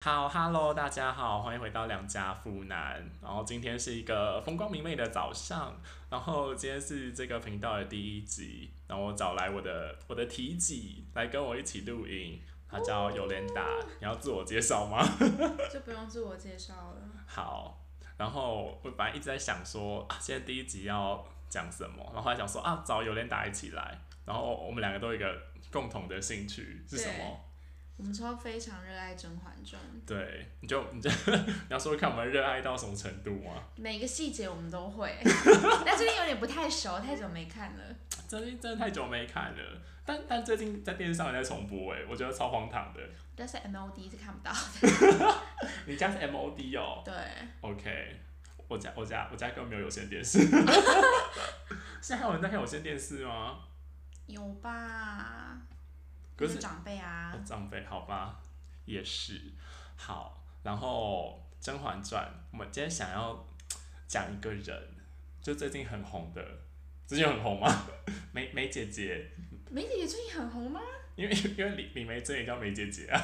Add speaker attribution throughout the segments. Speaker 1: 好，Hello，大家好，欢迎回到良家妇男。然后今天是一个风光明媚的早上，然后今天是这个频道的第一集，然后我找来我的我的提己来跟我一起录音，她叫尤莲达，你要自我介绍吗？
Speaker 2: 就不用自我介绍了。
Speaker 1: 好，然后我本来一直在想说，啊，现在第一集要讲什么，然后后来想说啊，找尤莲达一起来，然后我们两个都有一个共同的兴趣是什么？
Speaker 2: 我们超非常热爱《甄嬛传
Speaker 1: 对，你就 你就你要说看我们热爱到什么程度吗？》，
Speaker 2: 每个细节我们都会， 但最近有点不太熟，太久没看了。
Speaker 1: 最近真的太久没看了，但但最近在电视上也在重播哎、我觉得超荒唐的。
Speaker 2: 但是 MOD 是看不到。
Speaker 1: 你家是 MOD 哦
Speaker 2: 对，
Speaker 1: ？OK，我家我家我家根本没有有线电 视。现在还有人在看有线电视吗？
Speaker 2: 有吧？
Speaker 1: 可
Speaker 2: 就是长辈啊
Speaker 1: 哦，浪费好吧，也是好。然后《甄嬛传》，我们今天想要讲一个人，就最近很红的，最近很红吗？ 梅梅姐姐，
Speaker 2: 梅姐姐最近很红吗？
Speaker 1: 因为因为李李梅珍也叫梅姐姐啊，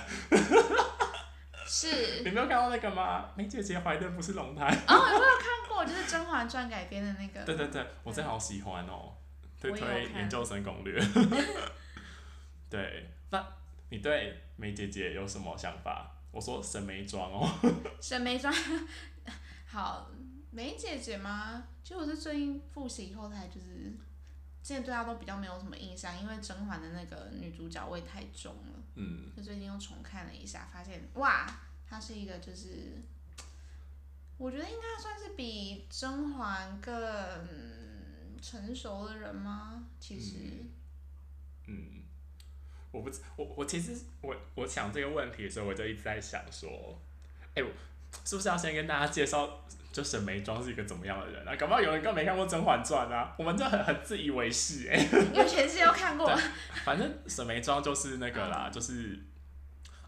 Speaker 2: 是
Speaker 1: 你没有看到那个吗？梅姐姐怀的不是龙胎。
Speaker 2: 哦，我有看过，就是《甄嬛传》改编的那个。
Speaker 1: 对对对，我真的好喜欢哦，推
Speaker 2: 我也
Speaker 1: 推
Speaker 2: 有看
Speaker 1: 研究生攻 略。对，那你对梅姐姐有什么想法？我说沈眉庄哦，
Speaker 2: 沈眉庄， 好，梅姐姐吗？其实我是最近复习以后才就是，之前对她都比较没有什么印象，因为甄嬛的那个女主角味太重了，
Speaker 1: 嗯，
Speaker 2: 就最近又重看了一下，发现哇，她是一个就是，我觉得应该算是比甄嬛更嗯成熟的人吗？其实，
Speaker 1: 嗯，我不知，我我其实我我想这个问题的时候，我就一直在想说，哎、我是不是要先跟大家介绍，就沈眉庄是一个怎么样的人啊？搞不好有人根本没看过《甄嬛传》啊，我们就很很自以为是哎、
Speaker 2: 因为全世界都看过，
Speaker 1: 反正沈眉庄就是那个啦，就是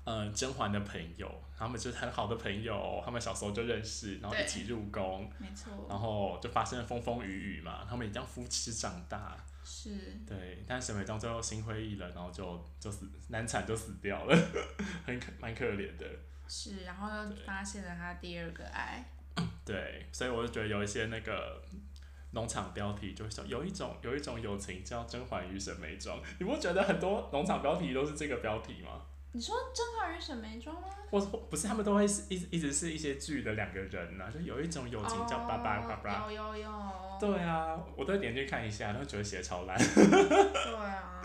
Speaker 1: 呃甄嬛的朋友，他们就是很好的朋友，他们小时候就认识，然后
Speaker 2: 对嗯
Speaker 1: 一起入宫，
Speaker 2: 没错，
Speaker 1: 然后就发生了风风雨雨嘛，他们也这样夫妻长大。
Speaker 2: 是
Speaker 1: 对，但沈眉庄最后心灰意冷，然后就就死难产就死掉了， 很可蛮可怜的。
Speaker 2: 是，然后又发现了她第二个爱。
Speaker 1: 对，所以我就觉得有一些那个农场标题就会说有一种有一种友情叫甄嬛与沈眉庄，你不觉得很多农场标题都是这个标题吗？
Speaker 2: 你说《甄嬛与沈眉庄》吗？
Speaker 1: 或或不是他们都会是一直一直是一些剧的两个人呐、啊就有一种友情叫爸爸爸爸。
Speaker 2: 哦有有有，
Speaker 1: 对啊，我都会点进去看一下，然后觉得写得超烂。
Speaker 2: 对啊，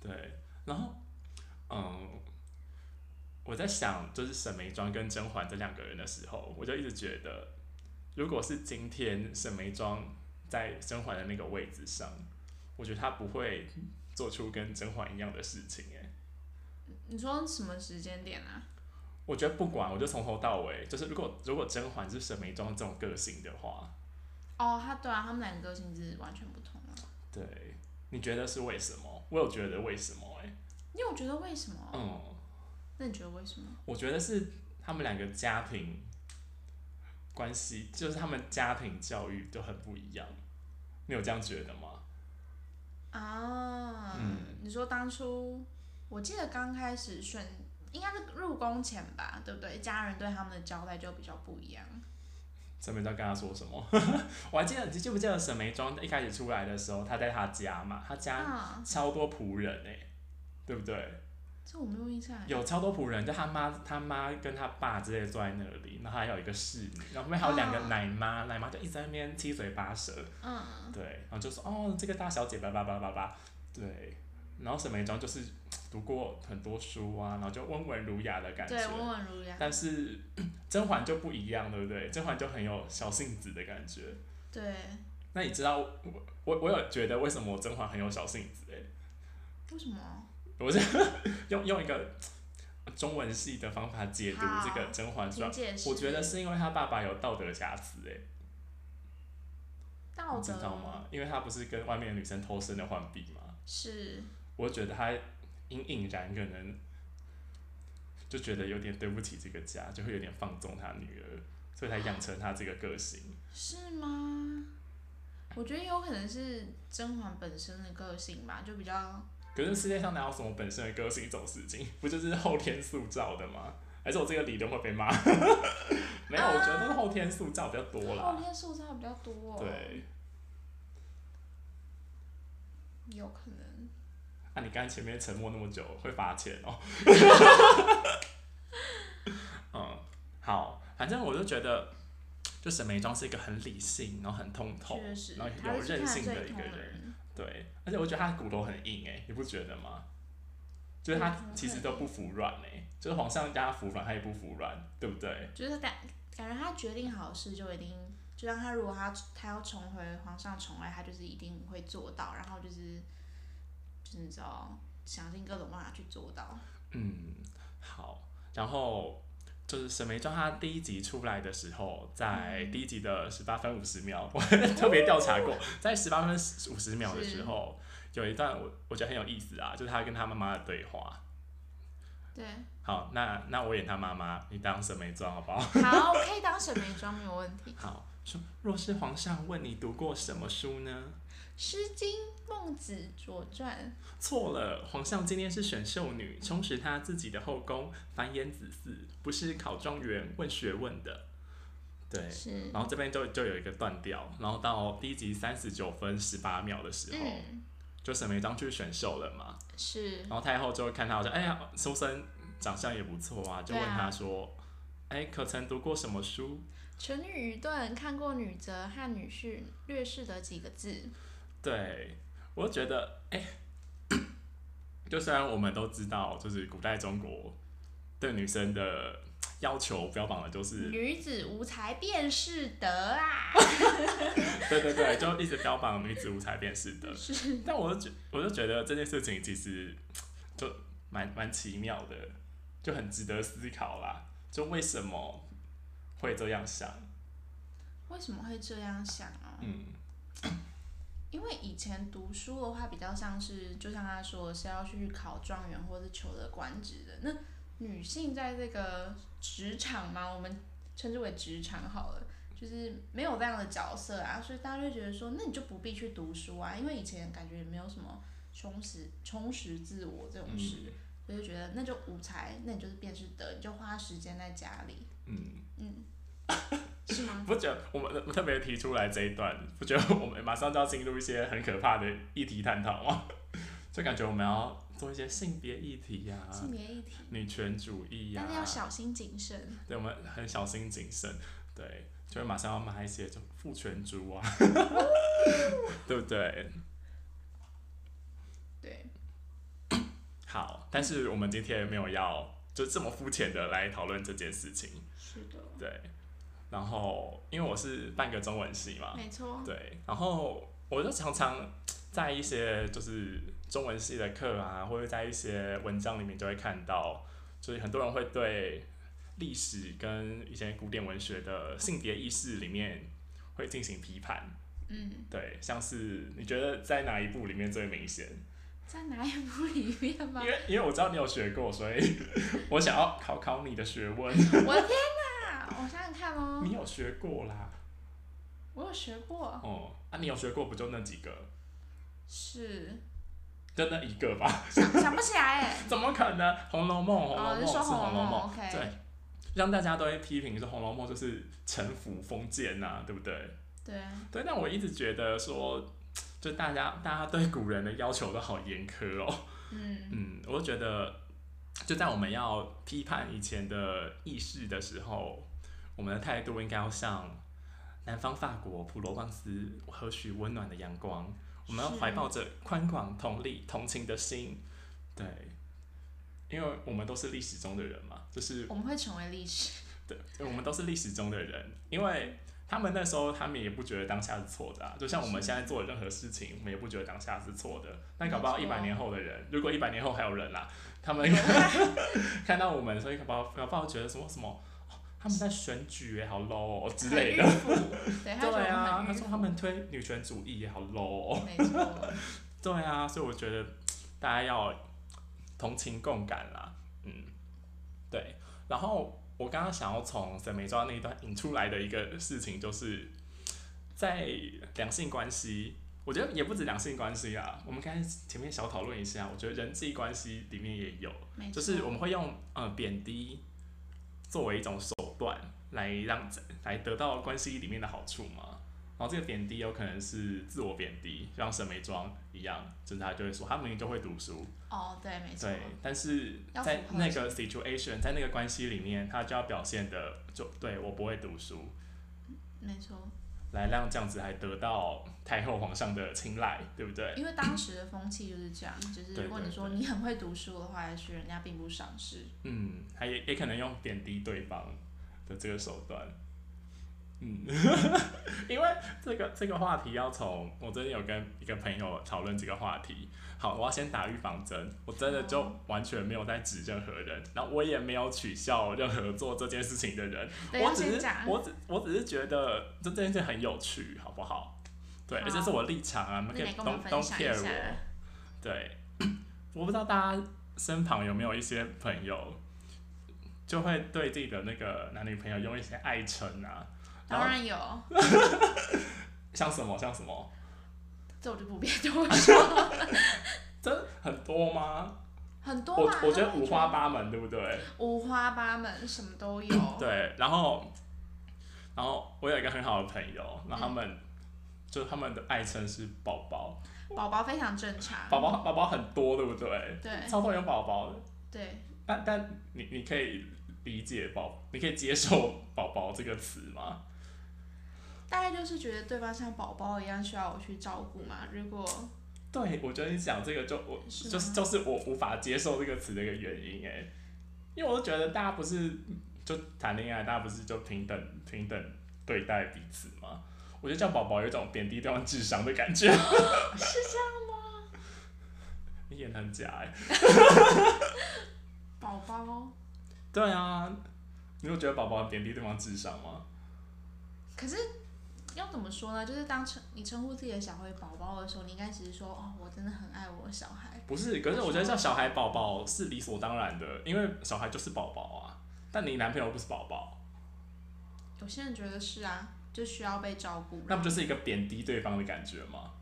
Speaker 1: 对，然后嗯，我在想就是沈眉庄跟甄嬛这两个人的时候，我就一直觉得，如果是今天沈眉庄在甄嬛的那个位置上，我觉得她不会做出跟甄嬛一样的事情、欸。
Speaker 2: 你说什么时间点啊？
Speaker 1: 我觉得不管，我就从头到尾，就是如果如果甄嬛是沈眉庄这种个性的话，
Speaker 2: 哦，他对啊，他们两个个性是完全不同啊的。
Speaker 1: 对，你觉得是为什么？我有觉得为什么、欸？哎，
Speaker 2: 你有觉得为什么？
Speaker 1: 嗯，
Speaker 2: 那你觉得为什么？
Speaker 1: 我觉得是他们两个家庭关系，就是他们家庭教育就很不一样。你有这样觉得吗？
Speaker 2: 啊，
Speaker 1: 嗯
Speaker 2: 你说当初，我记得刚开始选，应该是入宫前吧，对不对？家人对他们的交代就比较不一样。
Speaker 1: 沈眉庄跟他说什么？ 我还记得，你记不记得沈眉庄一开始出来的时候，她在她家嘛，她家
Speaker 2: 啊，
Speaker 1: 超多仆人哎、对不对？
Speaker 2: 这我没有印象欸。
Speaker 1: 有超多仆人，就他妈、他妈跟他爸之类坐在那里，然后还有一个侍女，然后后面还有两个
Speaker 2: 啊
Speaker 1: 奶妈，奶妈就一直在那边七嘴八舌，
Speaker 2: 嗯，
Speaker 1: 对，然后就说哦，这个大小姐叭叭叭叭叭，对，然后沈眉庄就是读过很多书啊，然后就温文儒雅的感觉，
Speaker 2: 对，温文儒雅。
Speaker 1: 但是甄嬛就不一样，对不对？甄嬛就很有小性子的感觉。
Speaker 2: 对，
Speaker 1: 那你知道我我我有觉得为什么甄嬛很有小性子、欸？
Speaker 2: 为什么？
Speaker 1: 我是用用一个中文系的方法解读
Speaker 2: 好
Speaker 1: 这个《甄嬛传
Speaker 2: 请》，解释。
Speaker 1: 我觉得是因为他爸爸有道德瑕疵、欸，
Speaker 2: 道
Speaker 1: 你知
Speaker 2: 德
Speaker 1: 道吗？因为他不是跟外面的女生偷生的浣碧吗？
Speaker 2: 是
Speaker 1: 我觉得他隐隐然可能就觉得有点对不起这个家，就会有点放纵他女儿，所以才养成他这个个性。
Speaker 2: 是吗？我觉得有可能是甄嬛本身的个性吧，就比较
Speaker 1: 可是世界上哪有什么本身的个性这种事情？不就是后天塑造的吗？还是我这个理论会被骂？ 没有，我觉得是后天塑造比较多
Speaker 2: 后
Speaker 1: 啦。
Speaker 2: 天塑造比较多、哦，，
Speaker 1: 对，
Speaker 2: 有可能。
Speaker 1: 那、你刚才前面沉默那么久，会罚钱哦。 嗯，好，反正我就觉得，就沈眉庄是一个很理性，然后很通透
Speaker 2: 确实，，
Speaker 1: 然后
Speaker 2: 他
Speaker 1: 有
Speaker 2: 是
Speaker 1: 韧
Speaker 2: 看
Speaker 1: 性
Speaker 2: 得
Speaker 1: 的
Speaker 2: 最
Speaker 1: 一
Speaker 2: 通
Speaker 1: 个
Speaker 2: 的
Speaker 1: 人。
Speaker 2: 人，
Speaker 1: 对，而且我觉得他的骨头很硬哎、你不觉得吗？就是他
Speaker 2: 嗯
Speaker 1: 其实都不服软哎、就是皇上叫他服软，他也不服软，对不对？
Speaker 2: 就是感感觉他决定好事就一定，就像他如果他他要重回皇上宠爱，他就是一定会做到，然后就是就是你知道，想尽各种办法去做到。
Speaker 1: 嗯，好。然后就是沈眉庄，她第一集出来的时候，在第一集的十八分五十秒，我 特别调查过，在十八分五十秒的时候，有一段我我觉得很有意思啊，就是她跟她妈妈的对话。
Speaker 2: 对，
Speaker 1: 好，那那我演她妈妈，你当沈眉庄好不好？
Speaker 2: 好，可以当沈眉庄没有问题。
Speaker 1: 好，说若是皇上问你读过什么书呢？
Speaker 2: 《诗经》《孟子》《左传
Speaker 1: 错了，皇上今天是选秀女，充实她自己的后宫，繁衍子嗣，不是考状元问学问的。对》，
Speaker 2: 是，
Speaker 1: 然后这边就就有一个断掉，然后到第一集三十九分十八秒的时候，
Speaker 2: 嗯，
Speaker 1: 就沈眉庄去选秀了嘛，
Speaker 2: 是
Speaker 1: 然后太后就看她好像，哎呀，苏生长相也不错啊，就问
Speaker 2: 对啊
Speaker 1: 她说，哎、可曾读过什么书？
Speaker 2: 成语语段看过女则和女婿略识得几个字，
Speaker 1: 对，我就觉得，哎、 就虽然我们都知道，就是古代中国对女生的要求标榜的就是，
Speaker 2: 女子无才便是德啊，
Speaker 1: 对对对，就一直标榜女子无才便是德。
Speaker 2: 是
Speaker 1: 但我就觉，我就觉得这件事情其实就蛮蛮奇妙的，就很值得思考啦。就为什么会这样想？
Speaker 2: 为什么会这样想啊？
Speaker 1: 嗯，
Speaker 2: 因为以前读书的话，比较像是就像他说的是要去考状元或是求得官职的。那女性在这个职场嘛，我们称之为职场好了，就是没有这样的角色啊，所以大家就觉得说，那你就不必去读书啊，因为以前感觉也没有什么充实充实自我这种事，
Speaker 1: 嗯
Speaker 2: 所以就觉得那就无才，那你就是便是德，你就花时间在家里，
Speaker 1: 嗯，
Speaker 2: 嗯， 是吗？
Speaker 1: 不觉得我们我特别提出来这一段，不觉得我们马上就要进入一些很可怕的议题探讨吗？ 就感觉我们要做一些性别议题呀、
Speaker 2: 性别议题，
Speaker 1: 女权主义啊呀、
Speaker 2: 但是要小心谨慎。
Speaker 1: 对，我们很小心谨慎，对，就会马上要骂一些就父权主啊， 对不对？
Speaker 2: 对，
Speaker 1: 好，但是我们今天没有要就这么肤浅的来讨论这件事情，
Speaker 2: 是的，
Speaker 1: 对。然后，因为我是半个中文系嘛，
Speaker 2: 没错。
Speaker 1: 对，然后我就常常在一些就是中文系的课啊，或者在一些文章里面就会看到，就是很多人会对历史跟一些古典文学的性别意识里面会进行批判。
Speaker 2: 嗯，
Speaker 1: 对，像是你觉得在哪一部里面最明显？
Speaker 2: 在哪一部里面吗
Speaker 1: 因？为因为我知道你有学过，所以我想要考考你的学问。
Speaker 2: 我的天哪！我想想看哦
Speaker 1: 你，有学过啦，
Speaker 2: 我有学过，
Speaker 1: 哦、啊，你有学过不就那几个，
Speaker 2: 是
Speaker 1: 就那一个吧？
Speaker 2: 想想不起来哎。
Speaker 1: 怎么可能？《红楼梦》《红楼
Speaker 2: 哦，
Speaker 1: 梦》
Speaker 2: 你
Speaker 1: 是
Speaker 2: 说
Speaker 1: 《
Speaker 2: 《
Speaker 1: 红
Speaker 2: 红
Speaker 1: 楼
Speaker 2: 楼
Speaker 1: 梦》
Speaker 2: 梦》？OK，
Speaker 1: 对，让大家都会批评说《红楼梦》就是城府封建呐、啊对不对？
Speaker 2: 对，
Speaker 1: 对，但我一直觉得说，就大家大家对古人的要求都好严苛哦。
Speaker 2: 嗯，
Speaker 1: 嗯，我就觉得，就在我们要批判以前的意识的时候，我们的态度应该要像南方法国普罗旺斯何许温暖的阳光，我们要
Speaker 2: 是
Speaker 1: 怀抱着宽广、同理、同情的心，对。因为我们都是历史中的人嘛，就是
Speaker 2: 我们会成为历史。
Speaker 1: 对，我们都是历史中的人，因为他们那时候他们也不觉得当下是错的、啊，就像我们现在做的任何事情，我们也不觉得当下是错的。那搞不好
Speaker 2: 没
Speaker 1: 一
Speaker 2: 错
Speaker 1: 百年后的人，如果一百年后还有人啦、他们 看到我们，所以搞不好搞不好觉得什么什么。哦他们在选举也好 low 哦之类的，
Speaker 2: 很迂腐哎对，他
Speaker 1: 对
Speaker 2: 觉得我
Speaker 1: 啊，
Speaker 2: 们
Speaker 1: 他
Speaker 2: 很
Speaker 1: 说
Speaker 2: 迂
Speaker 1: 他们推女权主义也好 low 哦，
Speaker 2: 腐，没错，
Speaker 1: 对啊，所以我觉得大家要同情共感啦，嗯，对。然后我刚刚想要从沈眉庄那一段引出来的一个事情，就是在两性关系，我觉得也不止两性关系啊，我们刚才前面小讨论一下，我觉得人际关系里面也有，
Speaker 2: 没
Speaker 1: 就
Speaker 2: 错。
Speaker 1: 是我们会用呃贬低作为一种手段来让来得到关系里面的好处嘛。然后这个贬低有可能是自我贬低，像沈眉庄一样，就是他就会说他明明就会读书，
Speaker 2: 哦，对，没错
Speaker 1: 对，，但是
Speaker 2: 要
Speaker 1: 在
Speaker 2: 符合
Speaker 1: 那个 situation，在那个关系里面，他就要表现的就对我不会读书，
Speaker 2: 没错，
Speaker 1: 来让这样子还得到太后皇上的青睐，对不对？
Speaker 2: 因为当时的风气就是这样，就是
Speaker 1: 对
Speaker 2: 如果你
Speaker 1: 对
Speaker 2: 说
Speaker 1: 对
Speaker 2: 你很会读书的话，也许人家并不赏识。
Speaker 1: 嗯，他也也可能用贬低对方的这个手段。嗯， 因为这个这个话题要从我最近有跟一个朋友讨论这个话题。好，我要先打预防针，我真的就完全没有在指任何人，然后我也没有取笑任何做这件事情的人。
Speaker 2: 对，
Speaker 1: 我
Speaker 2: 要
Speaker 1: 只
Speaker 2: 先
Speaker 1: 是
Speaker 2: 讲，
Speaker 1: 我只我只是觉得这件事很有趣，好不好？对，
Speaker 2: 好
Speaker 1: 而且是我立场啊，你们可
Speaker 2: 你
Speaker 1: 以
Speaker 2: 来跟我
Speaker 1: don't
Speaker 2: 们分
Speaker 1: don't
Speaker 2: 享一
Speaker 1: care
Speaker 2: 下。
Speaker 1: 我。对， 我不知道大家身旁有没有一些朋友，就会对自己的那个男女朋友用一些爱称啊，然
Speaker 2: 当
Speaker 1: 后
Speaker 2: 然有，
Speaker 1: 像什么像什么，
Speaker 2: 这我就不必多 说，
Speaker 1: 真的很多吗？
Speaker 2: 很多
Speaker 1: 我
Speaker 2: 嘛。
Speaker 1: 我觉得
Speaker 2: 当然
Speaker 1: 五花八门，对不对？
Speaker 2: 五花八门，什么都有。
Speaker 1: 对，然后，然后我有一个很好的朋友，那他
Speaker 2: 嗯
Speaker 1: 们、就他们的爱称是宝宝，
Speaker 2: 宝宝非常正常。
Speaker 1: 宝宝宝宝很多，对不对？
Speaker 2: 对
Speaker 1: 超多有宝宝的，
Speaker 2: 对，
Speaker 1: 但但你你可以理解宝，你可以接受“宝宝”这个词吗？
Speaker 2: 大概就是觉得对方像宝宝一样需要我去照顾嘛。如果
Speaker 1: 对，我觉得你讲这个就我
Speaker 2: 是吗
Speaker 1: 就是就是我无法接受这个词的一个原因哎，因为我就觉得大家不是就谈恋爱，大家不是就平等平等对待彼此吗？我觉得叫宝宝有一种贬低对方智商的感觉，
Speaker 2: 是这样吗？
Speaker 1: 你演得很假哎。
Speaker 2: 宝宝，
Speaker 1: 对啊，你有觉得宝宝很贬低对方智商吗？
Speaker 2: 可是要怎么说呢？就是当称你称呼自己的小孩宝宝的时候，你应该只是说哦，我真的很爱我的小孩。
Speaker 1: 不是，可是我觉得叫小孩宝宝是理所当然的，因为小孩就是宝宝啊。但你男朋友不是宝宝，啊
Speaker 2: 有些人觉得是啊，就需要被照顾。
Speaker 1: 那不就是一个贬低对方的感觉吗？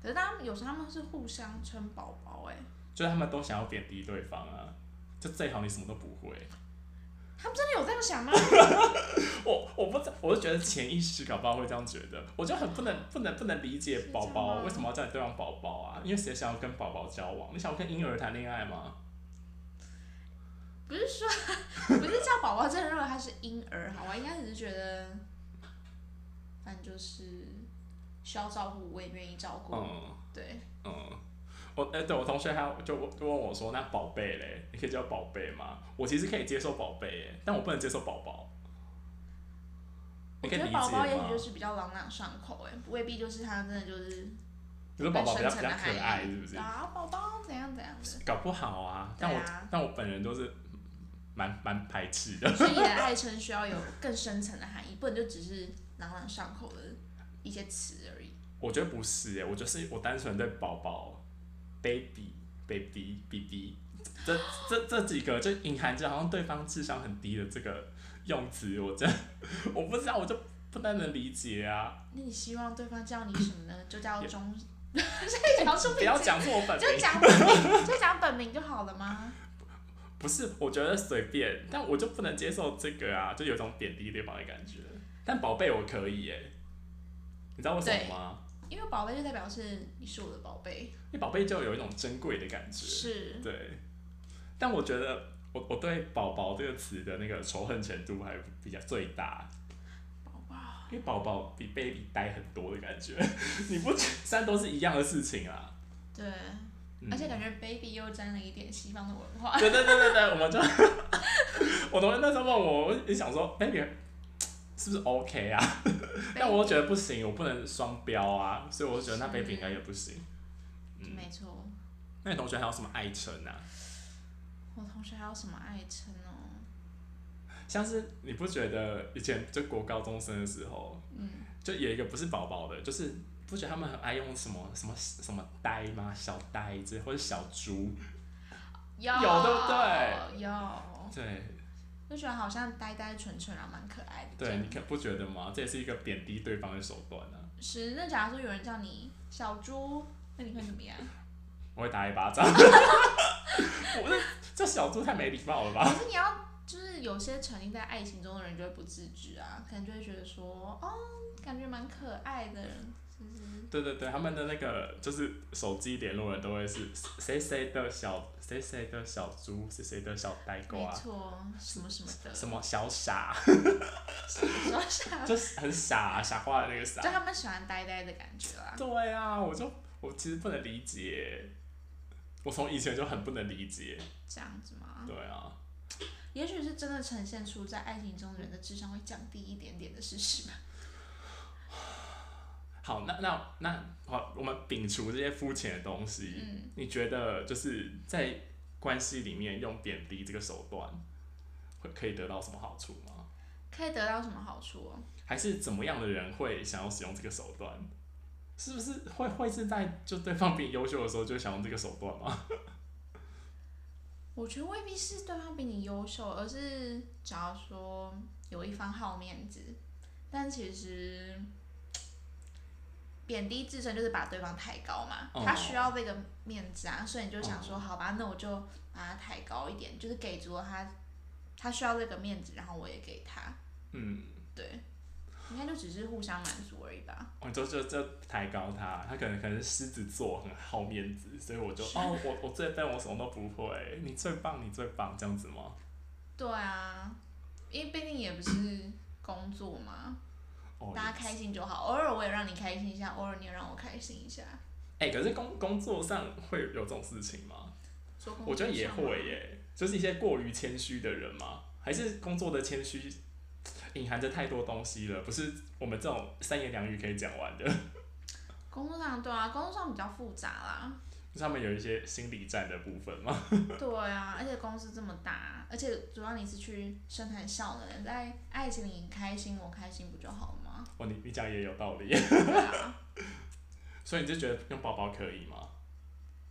Speaker 2: 可是他们有时候他们是互相称宝宝哎，
Speaker 1: 就是他们都想要贬低对方啊，就最好你什么都不会。
Speaker 2: 他们真的有这样想吗？
Speaker 1: 我哦我不知道，我就觉得潜意识搞不好会这样觉得，我就很不能不能不能理解宝
Speaker 2: 是这样
Speaker 1: 宝
Speaker 2: 吗
Speaker 1: 为什么要叫你对方宝宝啊？因为谁想要跟宝宝交往？你想要跟婴儿谈恋爱吗？
Speaker 2: 不是说不是叫宝宝，真的认为他是婴儿，好吧？应该只是觉得，反正就是需要照顾，我也愿意照顾。
Speaker 1: 嗯
Speaker 2: 对，
Speaker 1: 嗯，我哎、对我同学还就就问我说，那宝贝嘞，你可以叫宝贝吗？我其实可以接受宝贝耶，但我不能接受宝宝。
Speaker 2: 我
Speaker 1: 你
Speaker 2: 觉
Speaker 1: 可以理
Speaker 2: 得
Speaker 1: 解
Speaker 2: 宝宝
Speaker 1: 吗？
Speaker 2: 也许就是比较朗朗上口，哎，未必就是他真的就是
Speaker 1: 你说宝宝比较
Speaker 2: 更
Speaker 1: 比
Speaker 2: 深
Speaker 1: 较
Speaker 2: 层的
Speaker 1: 可
Speaker 2: 含
Speaker 1: 爱，
Speaker 2: 义
Speaker 1: 是不是？
Speaker 2: 啊，宝宝怎样怎样 的。
Speaker 1: 搞不好啊，但我、
Speaker 2: 对啊
Speaker 1: 但我本人都是蛮蛮排斥的。
Speaker 2: 所以你的爱称需要有更深层的含义，不能就只是朗朗上口的一些词而已。
Speaker 1: 我觉得不是耶，我就是我单纯对宝宝、baby、baby、bb 这这这几个就隐含着好像对方智商很低的这个用词，我真 我不知道，我就不太能理解啊！
Speaker 2: 那你希望对方叫你什么呢？就叫
Speaker 1: 也
Speaker 2: 中， 这讲出
Speaker 1: 不要讲错我本
Speaker 2: 就
Speaker 1: 名，
Speaker 2: 讲本名，就讲本名就好了吗？
Speaker 1: 不是，我觉得随便，但我就不能接受这个啊，就有种贬低对方的感觉。但宝贝我可以耶，你知道为什么吗？
Speaker 2: 因为宝贝就代表是你是我的宝贝，
Speaker 1: 因为宝贝就有一种珍贵的感觉。
Speaker 2: 是
Speaker 1: 对，但我觉得我我对“宝宝”这个词的那个仇恨程度还比较最大，
Speaker 2: 宝宝。
Speaker 1: 因为宝宝比 baby 呆很多的感觉， 你不觉虽然都是一样的事情啦，
Speaker 2: 对，
Speaker 1: 嗯
Speaker 2: 而且感觉 baby 又沾了一点西方的文 化，
Speaker 1: 对对对对对，我们就我同学那时候问我，我也想说 baby 是不是 OK 啊？但我又觉得不行，我不能双标啊，所以我就觉得那
Speaker 2: 是
Speaker 1: baby 应该也不行。嗯，
Speaker 2: 没错。
Speaker 1: 那你同学还有什么爱称啊？
Speaker 2: 我同学还有什么爱称哦？
Speaker 1: 像是你不觉得以前就国高中生的时候，
Speaker 2: 嗯，
Speaker 1: 就有一个不是宝宝的，就是不觉得他们很爱用什么什么什么呆吗？小呆子或者小猪，
Speaker 2: 有
Speaker 1: 有对不对？
Speaker 2: 有，
Speaker 1: 对
Speaker 2: 就觉得好像呆呆蠢蠢啊，蛮可爱的。
Speaker 1: 对，你，可不觉得吗？这也是一个贬低对方的手段啊！
Speaker 2: 是。那假如说有人叫你小猪，那你会怎么样？
Speaker 1: 我会打一巴掌，我这这小猪太没礼貌了吧？
Speaker 2: 可是你要就是有些沉溺在爱情中的人就会不自知啊，可能就会觉得说，哦，感觉蛮可爱的，就是
Speaker 1: 对对对，他们的那个就是手机联络人都会是谁谁的小谁谁的小猪，谁谁的小呆狗
Speaker 2: 没
Speaker 1: 啊，
Speaker 2: 错，什么什么的，
Speaker 1: 什么小傻，
Speaker 2: 什么啥，就
Speaker 1: 就是很傻、啊、傻瓜的那个傻。
Speaker 2: 他们喜欢呆呆的感觉啦。
Speaker 1: 对啊，我就我其实不能理解，我从以前就很不能理解。
Speaker 2: 这样子吗？
Speaker 1: 对啊，
Speaker 2: 也许是真的呈现出在爱情中人的智商会降低一点点的事实吧。
Speaker 1: 好，那那那好，我们摒除这些肤浅的东西，
Speaker 2: 嗯，
Speaker 1: 你觉得就是在关系里面用贬低这个手段，会可以得到什么好处吗？
Speaker 2: 可以得到什么好处哦？
Speaker 1: 还是怎么样的人会想要使用这个手段？是不是会会是在就对方比你优秀的时候就想用这个手段吗？
Speaker 2: 我觉得未必是对方比你优秀，而是假如说有一方好面子，但其实贬低自身就是把对方抬高嘛，
Speaker 1: 哦
Speaker 2: 他需要这个面子啊，所以你就想说，好吧，那我就把他抬高一点，就是给足了他，他需要这个面子，然后我也给他，
Speaker 1: 嗯，
Speaker 2: 对，应该就只是互相满足而已吧。
Speaker 1: 我就就就抬高他，他可能可能是狮子座很好面子，所以我就哦，我我最笨，我什么都不会，你最棒，你最棒，这样子吗？
Speaker 2: 对啊，因为毕竟也不是工作嘛，
Speaker 1: 哦，
Speaker 2: 大家开心就好。偶尔我也让你开心一下，偶尔你也让我开心一下。
Speaker 1: 哎、可是工工作上会有这种事情吗？
Speaker 2: 做工作
Speaker 1: 我觉得也
Speaker 2: 上嘛
Speaker 1: 会。耶，就是一些过于谦虚的人嘛，还是工作的谦虚隐含着太多东西了，不是我们这种三言两语可以讲完的。
Speaker 2: 工作上对啊，工作上比较复杂啦。
Speaker 1: 就是他们有一些心理战的部分嘛。
Speaker 2: 对啊，而且公司这么大，而且主要你是去生产效能，在爱情里你开心我开心不就好 吗？
Speaker 1: 哦，你你讲也有道理，
Speaker 2: 对啊，
Speaker 1: 所以你就觉得用包包可以吗？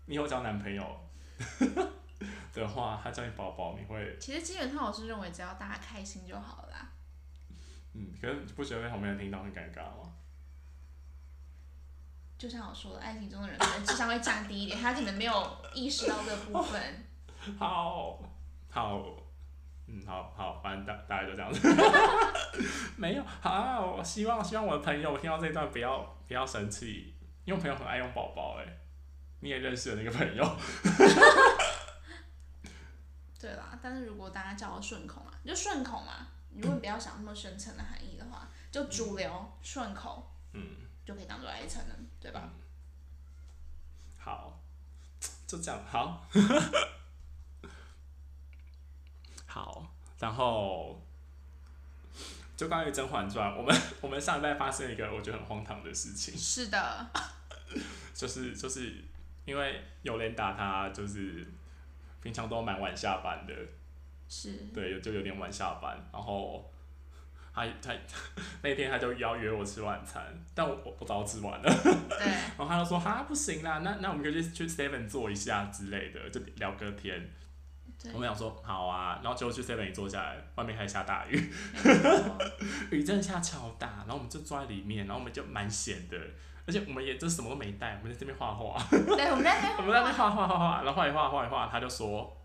Speaker 1: 你以后交男朋友 的话，他叫你包包，你会
Speaker 2: 其实基本上我是认为只要大家开心就好啦。
Speaker 1: 嗯，可是你不觉得被旁边人听到很尴尬吗？
Speaker 2: 就像我说的，爱情中的人可能智商会降低一点，他可能没有意识到这部分。
Speaker 1: 好，好，嗯，好好，反正大大概就这样子。 没有，好，我希望希望我的朋友听到这一段不要不要生气，因为我朋友很爱用宝宝哎，你也认识的那个朋友，
Speaker 2: 对啦，但是如果大家叫我顺口嘛，你就顺口嘛。如果你不要想那么深层的含义的话，就主流顺口
Speaker 1: 嗯，
Speaker 2: 就可以当做爱成了，对吧？
Speaker 1: 好，就这样，好， 好，然后就关于《甄嬛传》，我们我们上礼拜发生一个我觉得很荒唐的事情。
Speaker 2: 是的，
Speaker 1: 就是就是因为有人打他，就是平常都蛮晚下班的，
Speaker 2: 是
Speaker 1: 对，就有点晚下班。然后他他 那天他就邀约我吃晚餐，但我我我早吃完了，
Speaker 2: 对，
Speaker 1: 然后他就说哈不行啦，那那我们就去去 Seven 坐一下之类的，就聊个天。
Speaker 2: 对
Speaker 1: 我们想说好啊，然后结果去 Seven 一坐下来，外面还下大雨，
Speaker 2: 没错，
Speaker 1: 雨真的下超大，然后我们就坐在里面，然后我们就蛮闲的，而且我们也就什么都没带，我们在这边画画。
Speaker 2: 对，我们在那 边
Speaker 1: 我们在那边画画画画，然后画一画画一画，他就说：“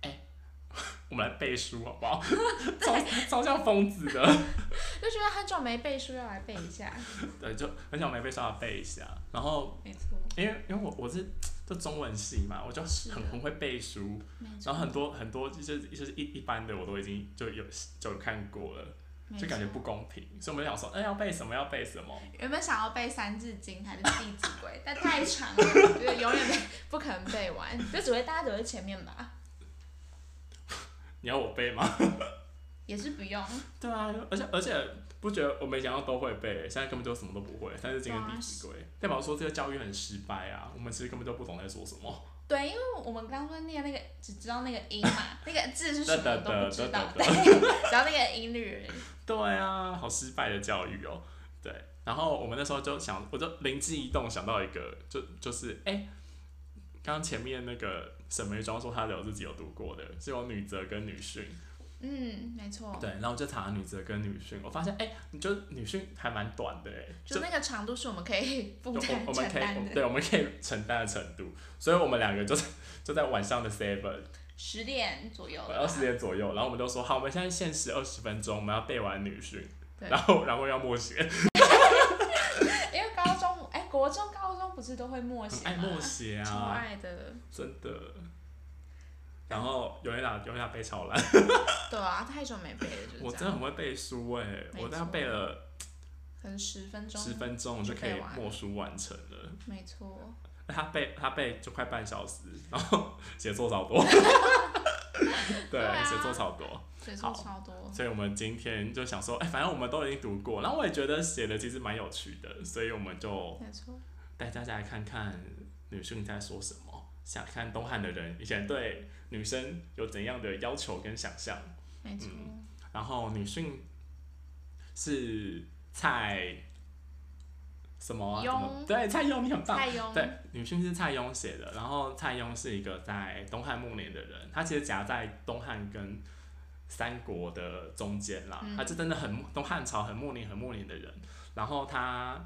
Speaker 1: 哎、 我们来背书好不好？ 超超像疯子的，
Speaker 2: 就觉得很久没背书，要来背一下。
Speaker 1: 对，就很想没被刷背一下。然后
Speaker 2: 没错，
Speaker 1: 因为因为我我是就中文系嘛，我就很
Speaker 2: 是
Speaker 1: 很会背书，
Speaker 2: 啊没错，
Speaker 1: 然后很多很多就是就是一一般的我都已经就有就有看过了，
Speaker 2: 没
Speaker 1: 就
Speaker 2: 错
Speaker 1: 感觉不公平，所以我们就想说，哎、要背什么要背什么。”
Speaker 2: 原本想要背《三字经》还是《弟子规》，但太长了，我觉得永远背不可能背完，就只会大家只会前面吧，
Speaker 1: 你要我背吗？
Speaker 2: 也是不用。
Speaker 1: 对啊，而且而且不觉得我没想到都会背，现在根本就什么都不会。但是今天
Speaker 2: 对啊
Speaker 1: 地址规，代表说这个教育很失败啊，我们其实根本就不懂在说什么。
Speaker 2: 对，因为我们刚刚念那个，只知道那个音 嘛，那个字是什么都不知道，
Speaker 1: 对
Speaker 2: 对，只要那个音律而已。
Speaker 1: 对啊，好失败的教育哦。对，然后我们那时候就想，我就灵机一动想到一个，就就是哎，刚、刚前面那个沈眉庄说她有自己有读过的，是有女则跟女训。
Speaker 2: 嗯，没错，
Speaker 1: 对，然后我就查女则跟女训，我发现哎、你就女训还蛮短的哎、
Speaker 2: 就那个长度是我们可以负
Speaker 1: 就
Speaker 2: 担
Speaker 1: 我我们
Speaker 2: 承
Speaker 1: 可以，我
Speaker 2: 担
Speaker 1: 们
Speaker 2: 的。
Speaker 1: 对，我们可以承担的程度，所以我们两个就在就在晚上的 seven，
Speaker 2: 十点左右了
Speaker 1: 二
Speaker 2: 吧
Speaker 1: 十点左右，然后我们都说好，我们现在限时二十分钟，我们要背完女训，
Speaker 2: 对
Speaker 1: 然后然后要默写，
Speaker 2: 因为高中哎、国中、高中不是都会默
Speaker 1: 很
Speaker 2: 写
Speaker 1: 爱
Speaker 2: 吗？
Speaker 1: 默写
Speaker 2: 超
Speaker 1: 啊，
Speaker 2: 爱的，
Speaker 1: 真的。然后有人俩有人俩背超烂，
Speaker 2: 对啊，太久没背了，就是这样。
Speaker 1: 我真的很会背书哎、
Speaker 2: 没
Speaker 1: 我大概
Speaker 2: 错
Speaker 1: 背了
Speaker 2: 可能十分钟，
Speaker 1: 十分钟我
Speaker 2: 就
Speaker 1: 就可以
Speaker 2: 背完了
Speaker 1: 默书完成了。
Speaker 2: 没错，
Speaker 1: 那他背他背就快半小时，然后 写作超 多，对
Speaker 2: 对，啊
Speaker 1: 写作超多。
Speaker 2: 所以
Speaker 1: 好
Speaker 2: 说超多。
Speaker 1: 所以我们今天就想说，哎、反正我们都已经读过，然后我也觉得写的其实蛮有趣的，所以我们就
Speaker 2: 没错，
Speaker 1: 带大家来看看女性在说什么，想看东汉的人以前对女生有怎样的要求跟想象。
Speaker 2: 没错，
Speaker 1: 然后女性是蔡什么啊？
Speaker 2: 雍
Speaker 1: 怎么对，蔡雍，你很棒。
Speaker 2: 蔡雍
Speaker 1: 对，女性是蔡邕写的，然后蔡邕是一个在东汉末年的人，他其实夹在东汉跟三国的中间啦，
Speaker 2: 嗯
Speaker 1: 他就真的很东汉朝很末年很末年的人，然后他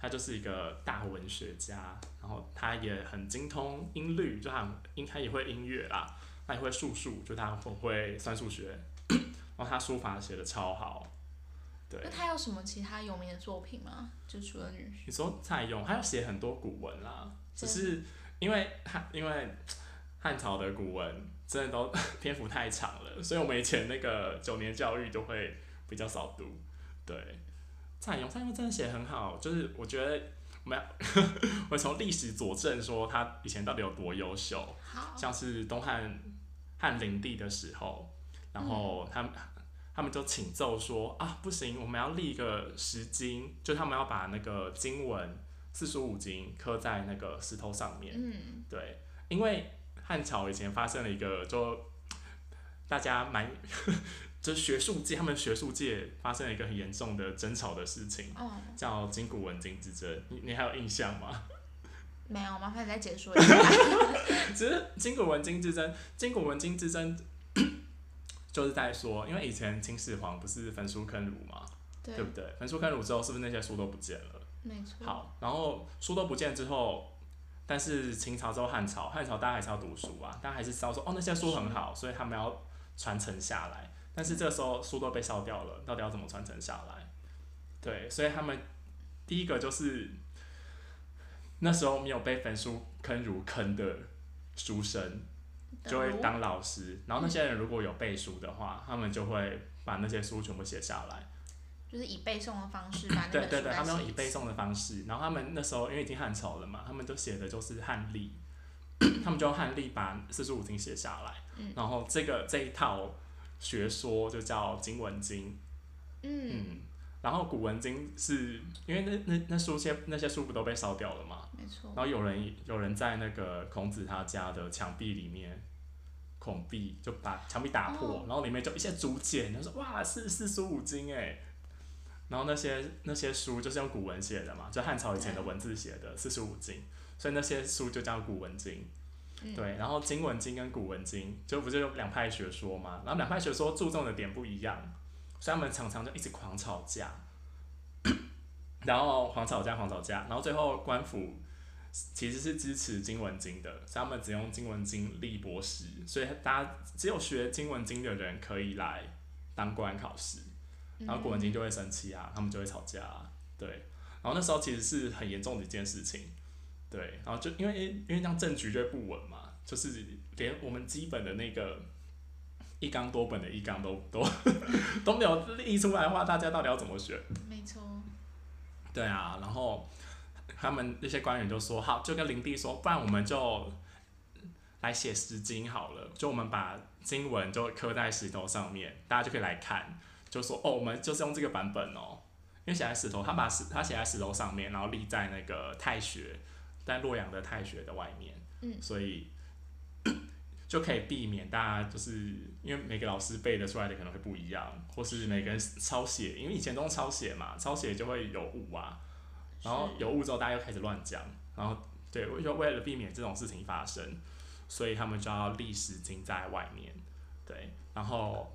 Speaker 1: 他就是一个大文学家，然后他也很精通音律，就他很应该也会音乐啦，他也会数数，就他很会算数学， 然后他书法写的超好，对
Speaker 2: 那，他有什么其他有名的作品吗？就除了女
Speaker 1: 你说蔡邕，他要写很多古文啦，只
Speaker 2: 真的
Speaker 1: 是因为汉因为汉朝的古文真的都 篇幅太长了，所以我们以前那个九年教育就会比较少读。对，蔡邕，蔡邕真的写得很好，就是我觉得我们要 我从历史佐证说他以前到底有多优秀。
Speaker 2: 好，
Speaker 1: 像是东汉汉灵帝的时候，然后他们、他们就请奏说啊，不行，我们要立一个石经，就他们要把那个经文四书五经刻在那个石头上面。
Speaker 2: 嗯，
Speaker 1: 对，因为汉朝以前发生了一个就大家蛮。 就是学术界，他们学术界发生了一个很严重的争吵的事情，
Speaker 2: 哦，
Speaker 1: 叫今古文经之争。你你还有印象吗？
Speaker 2: 没有，麻烦你再解说 一下。
Speaker 1: 只是金古文经之争，金古文经之争 就是在说，因为以前秦始皇不是焚书坑儒嘛，对
Speaker 2: 对，
Speaker 1: 不对？焚书坑儒之后，是不是那些书都不见了？
Speaker 2: 没错。，
Speaker 1: 好，然后书都不见之后，但是秦朝之后汉朝，汉朝大家还是要读书啊，大家还是知道说哦那些书很好，所以他们要传承下来。但是这时候书都被烧掉了，到底要怎么传承下来？对，所以他们第一个就是那时候没有被焚书坑儒坑的书生，
Speaker 2: 嗯
Speaker 1: 就会当老师。然后那些人如果有背书的话，他们就会把那些书全部写下来。
Speaker 2: 就是以背诵的方式把那
Speaker 1: 对
Speaker 2: 本
Speaker 1: 对对，
Speaker 2: 书再
Speaker 1: 他们
Speaker 2: 写
Speaker 1: 用
Speaker 2: 一
Speaker 1: 以背
Speaker 2: 次
Speaker 1: 诵的方式，然后他们那时候因为已经汉朝了嘛，他们就写的就是汉历，他们就用汉历把四书五经写下来，
Speaker 2: 嗯
Speaker 1: 然后这个这一套学说就叫经文经，
Speaker 2: 嗯，
Speaker 1: 嗯，然后古文经是因为那那那书些那些书不都被烧掉了嘛，
Speaker 2: 没错
Speaker 1: 然。后有人有人在那个孔子他家的墙壁里面。孔壁就把墙壁打破，
Speaker 2: 哦
Speaker 1: 然后里面就一些竹简，他说哇是四书五经哎，然后那些那些书就是用古文写的嘛，就汉朝以前的文字写的四书五经，所以那些书就叫古文经。
Speaker 2: 嗯
Speaker 1: 对，然后经文经跟古文经就不就有两派学说嘛，然后两派学说注重的点不一样，所以他们常常就一直狂吵架， 然后狂吵架狂吵架，然后最后官府其实是支持经文经的，所以他们只用经文经立博士，所以大家只有学经文经的人可以来当官考试，然后古文经就会生气啊，他们就会吵架、啊，对，然后那时候其实是很严重的一件事情，对，然后就因为因为这样政局就会不稳嘛，就是连我们基本的那个一纲多本的一纲都都 都没有立出来的话，大家到底要怎么学？
Speaker 2: 没错，
Speaker 1: 对啊，然后他们那些官员就说好，就跟灵帝说，不然我们就来写诗经好了，就我们把经文就刻在石头上面，大家就可以来看，就说哦，我们就是用这个版本哦，因为写在石头，他把石他写在石头上面，然后立在那个太学，在洛阳的太学的外面，
Speaker 2: 嗯
Speaker 1: 所以。就可以避免大家就是因为每个老师背的出来的可能会不一样，或是每个人抄写，因为以前都用抄写嘛，抄写就会有误啊，然后
Speaker 2: 是
Speaker 1: 有误之后，大家又开始乱讲，然后对，就为了避免这种事情发生，所以他们就要立史经在外面，对，然后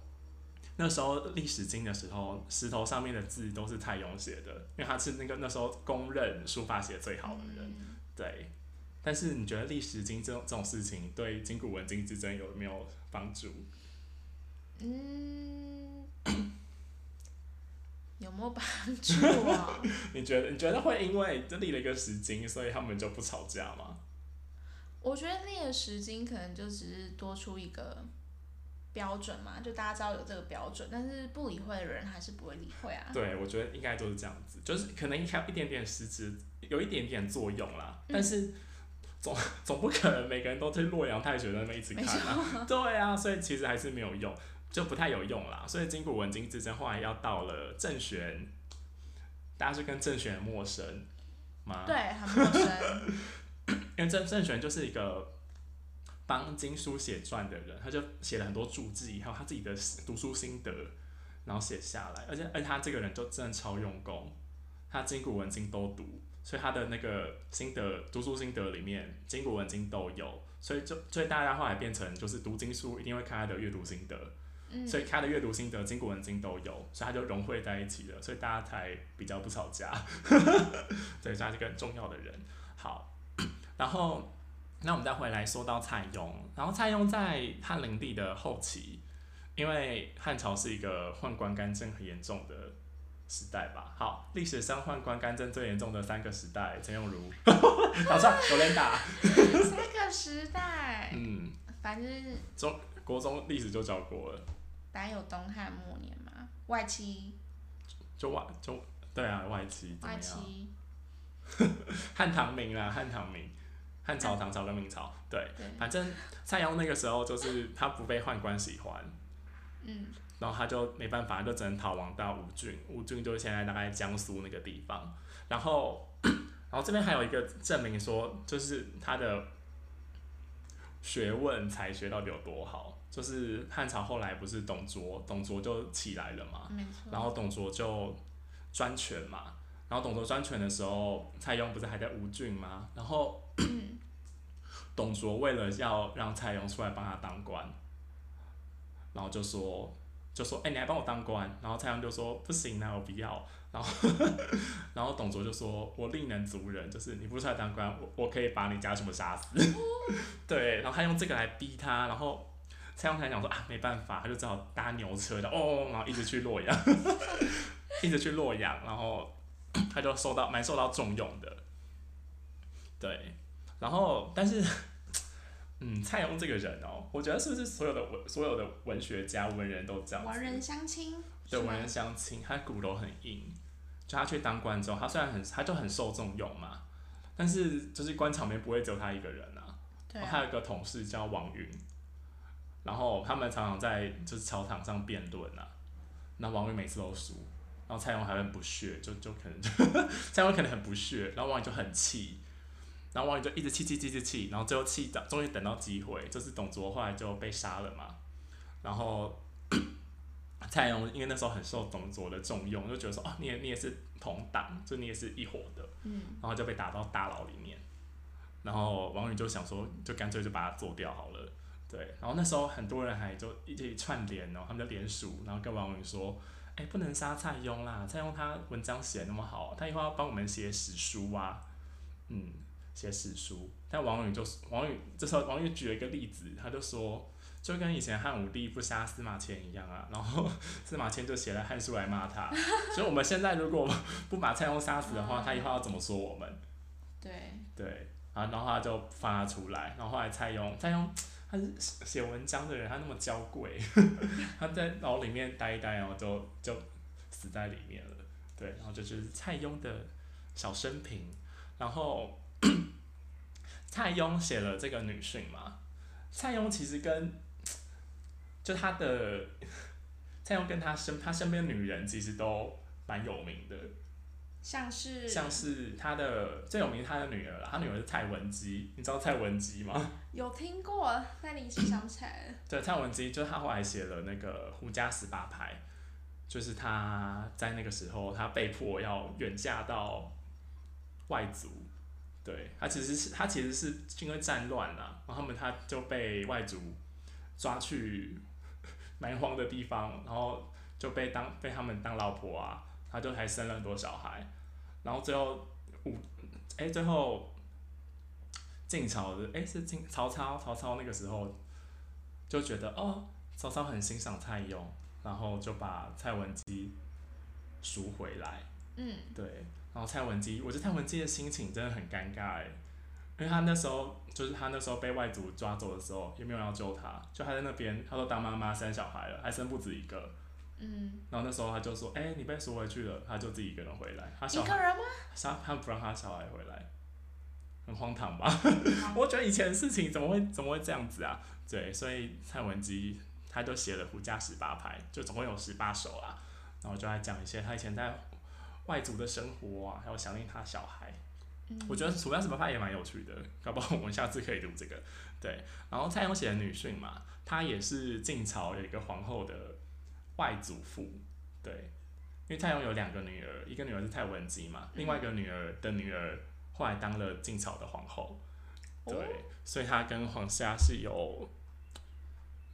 Speaker 1: 那时候立史经的时候，石头上面的字都是蔡邕写的，因为他是那个那时候公认书法写最好的人，
Speaker 2: 嗯
Speaker 1: 对，但是你觉得立十经这种这种事情对筋骨文经之争有没有帮助？
Speaker 2: 嗯， 有没有帮助啊？
Speaker 1: 你觉得你觉得会因为这立了一个十经，所以他们就不吵架吗？
Speaker 2: 我觉得列十经可能就只是多出一个标准嘛，就大家知道有这个标准，但是不理会的人还是不会理会啊。
Speaker 1: 对，我觉得应该都是这样子，就是可能一开一点点实质，有一点点作用啦，但是总 总不可能每个人都去洛阳太学那么一直看啊， 对啊，所以其实还是没有用，就不太有用啦。所以筋骨文经之争后来要到了郑玄，大家就跟郑玄陌生嘛，
Speaker 2: 对，很陌生。
Speaker 1: 因为郑郑玄就是一个帮经书写传的人，他就写了很多注记，还有他自己的读书心得，然后写下来。而且，而且他这个人就真的超用功，他经古文经都读，所以他的那个心得读书心得里面，经古文经都有。所以就所以大家后来变成就是读经书一定会看他的阅读心得，
Speaker 2: 嗯，
Speaker 1: 所以他的阅读心得、经古文经都有，所以他就融汇在一起了，所以大家才比较不吵架。对，所以他是个很重要的人。好， 然后那我们再回来说到蔡邕，然后蔡邕在汉灵帝的后期，因为汉朝是一个宦官干政很严重的时代吧。好，历史上宦官干政最严重的三个时代，陈永 如，打算有人打，
Speaker 2: 三个时代，
Speaker 1: 嗯，
Speaker 2: 反正就是
Speaker 1: 国中历史就教过了。
Speaker 2: 大家有东汉末年嘛，外戚，
Speaker 1: 就外就对啊，外戚怎么
Speaker 2: 外
Speaker 1: 样？
Speaker 2: 戚，
Speaker 1: 汉唐明啦，汉唐明，汉朝、唐朝跟明朝，对，
Speaker 2: 对，
Speaker 1: 反正蔡邕那个时候就是他不被宦官喜欢，
Speaker 2: 嗯，
Speaker 1: 然后他就没办法，就只能逃亡到吴郡，吴郡就是现在大概江苏那个地方。然后， 然后这边还有一个证明说，就是他的学问才学到底有多好，就是汉朝后来不是董卓，董卓就起来了嘛，
Speaker 2: 没错。
Speaker 1: 然后董卓就专权嘛，然后董卓专权的时候，蔡邕不是还在吴郡吗？然后董卓为了要让蔡邕出来帮他当官，然后就说就说，哎、你来帮我当官？然后蔡邕就说不行啊，我不要。然后 然后董卓就说，我令人族人，就是你不出来当官，我我可以把你家全部杀死。对，然后他用这个来逼他，然后。蔡邕才想说啊，没办法，他就只好搭牛车的哦，然后一直去洛阳， 一直去洛阳，然后 他就受到蛮受到重用的，对，然后但是， 嗯，蔡邕这个人哦，我觉得是不是所有的文所有的文学家文人都这样子，
Speaker 2: 文人相亲，啊
Speaker 1: 对
Speaker 2: 是吗
Speaker 1: 文人相亲，他骨头很硬。就他去当官之后，他虽然很他就很受重用嘛，但是就是官场里面不会只有他一个人啊，
Speaker 2: 对
Speaker 1: 我
Speaker 2: 啊，
Speaker 1: 还有一个同事叫王云，然后他们常常在就是朝堂上辩论啊，那王云每次都输，然后蔡邕还很不屑，就就可能就 蔡邕可能很不屑，然后王云就很气，然后王云就一直气气气气气，然后最后气到终于等到机会，就是董卓后来就被杀了嘛，然后 蔡邕因为那时候很受董卓的重用，就觉得说哦你也你也是同党，就你也是一伙的，
Speaker 2: 嗯，
Speaker 1: 然后就被打到大牢里面。然后王宇就想说，就干脆就把它做掉好了。对，然后那时候很多人还就一起串联哦，他们就联署，然后跟王宇说，哎，不能杀蔡邕啦，蔡邕他文章写得那么好，他以后要帮我们写史书啊，嗯，写史书。但王宇就王宇这时候王宇举了一个例子，他就说。就跟以前汉武帝不杀司马迁一样啊，然后司马迁就写了《汉书》来骂他，所以我们现在如果不把蔡邕杀死的话，他以后要怎么说我们？
Speaker 2: 对，
Speaker 1: 对，啊，然后他就放他出来，然后后来蔡邕，蔡邕他是写文章的人，他那么娇贵， 他在牢里面待一待，然后就就死在里面了。对，然后这就是蔡邕的小生平，然后 蔡邕写了这个女训嘛，蔡邕其实跟就他的 蔡邕跟他身他身边的女人其实都蛮有名的，
Speaker 2: 像是
Speaker 1: 像是他的最有名是他的女儿啦，他女儿是蔡文姬，你知道蔡文姬吗？
Speaker 2: 有听过，但你一时想不 起来了。
Speaker 1: 对，蔡文姬就是他后来写了那个《胡家十八拍》，就是他在那个时候他被迫要远嫁到外族，对他其实是他其实是因为战乱啦，然后他们他就被外族抓去蛮荒的地方，然后就被当被他们当老婆啊，他就还生了很多小孩，然后最后五哎、最后晋朝的，哎，是晋曹操，曹操那个时候就觉得哦，曹操很欣赏蔡邕，然后就把蔡文姬赎回来。
Speaker 2: 嗯，
Speaker 1: 对，然后蔡文姬，我觉得蔡文姬的心情真的很尴尬哎，因为她那时候就是她那时候被外族抓走的时候，也没有人要救她，就她在那边，她都当妈妈生小孩了，还生不止一个。
Speaker 2: 嗯，
Speaker 1: 然后那时候她就说：“哎、你被赎回去了。”她就自己一个人回来，她
Speaker 2: 一
Speaker 1: 小
Speaker 2: 个
Speaker 1: 孩，
Speaker 2: 人吗？
Speaker 1: 她她不让她小孩回来，很荒唐吧？ 我觉得以前的事情怎么会怎么会这样子啊？对，所以蔡文姬她就写了《胡家十八拍》，就总共有十八首啊。然后就来讲一些她以前在外族的生活啊，还有想念她小孩。我觉得《胡家十八拍》也蛮有趣的，搞不好我们下次可以读这个。对，然后蔡邕写的《女训》嘛，她也是晋朝有一个皇后的外祖父。对，因为蔡邕有两个女儿，一个女儿是蔡文姬嘛，另外一个女儿的女儿后来当了晋朝的皇后。对，
Speaker 2: 哦
Speaker 1: 所以他跟黄夏是有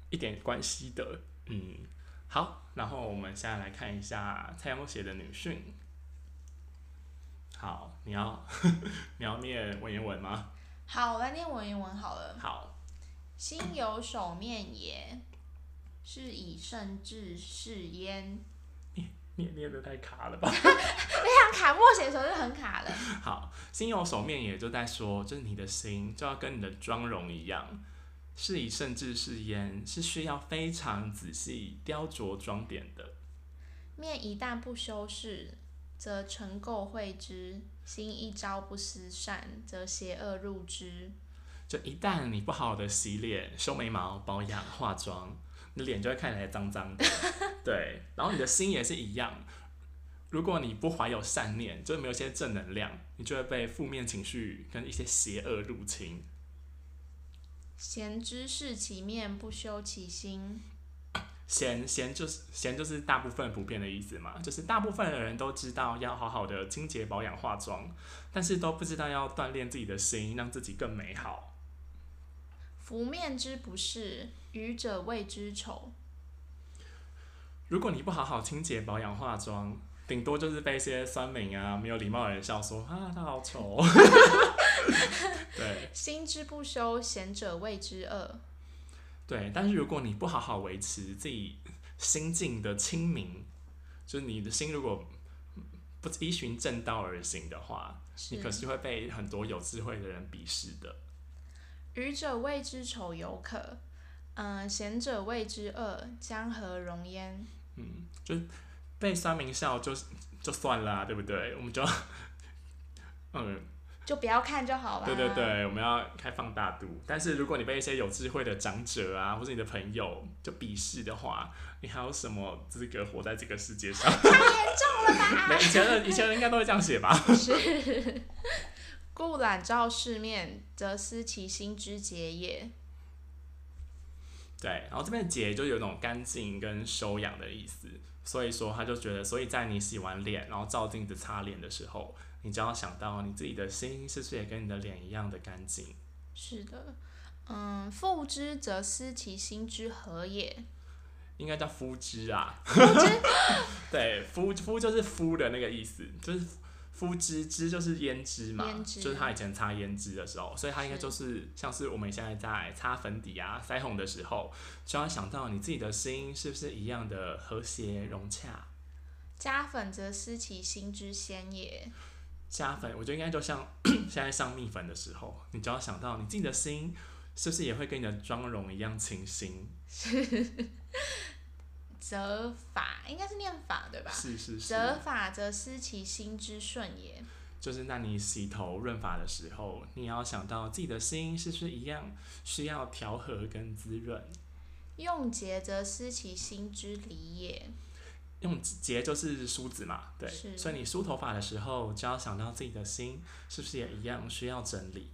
Speaker 1: 一点关系的。嗯，好，然后我们现在来看一下蔡邕写的《女训》。好，你要 你要念文言文吗？
Speaker 2: 好，我来念文言文好了。
Speaker 1: 好，
Speaker 2: 心有手面也，是以圣治是焉。
Speaker 1: 念念的太卡了吧？
Speaker 2: 这样卡默写的时候就很卡了。
Speaker 1: 好，心有手面也就在说，就是你的心就要跟你的妆容一样，是以甚至是焉，是需要非常仔细雕琢装点的。
Speaker 2: 面一旦不修饰，则尘垢秽之；心一朝不思善，则邪恶入之。
Speaker 1: 就一旦你不好的洗脸、修眉毛、保养、化妆，你脸就会看起来脏脏的。对，然后你的心也是一样。如果你不怀有善念，就是没有一些正能量，你就会被负面情绪跟一些邪恶入侵。
Speaker 2: 贤之视其面，不修其心。
Speaker 1: 闲闲就是闲就是大部分普遍的意思嘛，就是大部分的人都知道要好好的清洁、保养、化妆，但是都不知道要锻炼自己的心，让自己更美好。
Speaker 2: 拂面之不是，愚者谓之丑。
Speaker 1: 如果你不好好清洁、保养、化妆，顶多就是被一些酸民啊、没有礼貌的人笑说啊，他好丑哦。 对
Speaker 2: 心之不修，贤者谓之恶。
Speaker 1: 对，但是如果你不好好维持自己心境的清明，就是你的心如果不依循正道而行的话，你可
Speaker 2: 是
Speaker 1: 是会被很多有智慧的人鄙视的。
Speaker 2: 愚者谓之丑犹可，嗯、贤者谓之恶，将何容焉？
Speaker 1: 嗯，就是被酸民笑就是就算了、啊，对不对？我们就 嗯，
Speaker 2: 就不要看就好了。
Speaker 1: 对对，对，我们要开放大度。但是如果你被一些有智慧的长者啊，或是你的朋友就鄙视的话，你还有什么资格活在这个世界上？
Speaker 2: 太严重了 吧？
Speaker 1: 以前的以前人应该都会这样写吧？
Speaker 2: 是。故懒照世面，则思其心之节也。
Speaker 1: 对，然后这边的洁就有一种干净跟修养的意思，所以说他就觉得，所以在你洗完脸，然后照镜子擦脸的时候，你就要想到你自己的心是不是也跟你的脸一样的干净。
Speaker 2: 是的，嗯，父之则思其心之和也。
Speaker 1: 应该叫肤之 啊，对，肤肤就是肤的那个意思，就是肤之之就是胭脂嘛，
Speaker 2: 胭脂
Speaker 1: 就是他以前擦胭脂的时候，所以他应该
Speaker 2: 是
Speaker 1: 就是像是我们现在在擦粉底啊、腮红的时候，就要想到你自己的心是不是一样的和谐融洽。
Speaker 2: 加粉则思其心之先也。
Speaker 1: 加粉，我觉得应该就像 现在上蜜粉的时候，你就要想到你自己的心是不是也会跟你的妆容一样清新？
Speaker 2: 则法应该是念法对吧？
Speaker 1: 是是是。
Speaker 2: 则法则思其心之顺也。
Speaker 1: 就是那你洗头润发的时候，你也要想到自己的心是不是一样需要调和跟滋润。
Speaker 2: 用节则思其心之理也。
Speaker 1: 用结就是梳子嘛，对，
Speaker 2: 是
Speaker 1: 所以你梳头发的时候就要想到自己的心是不是也一样需要整理。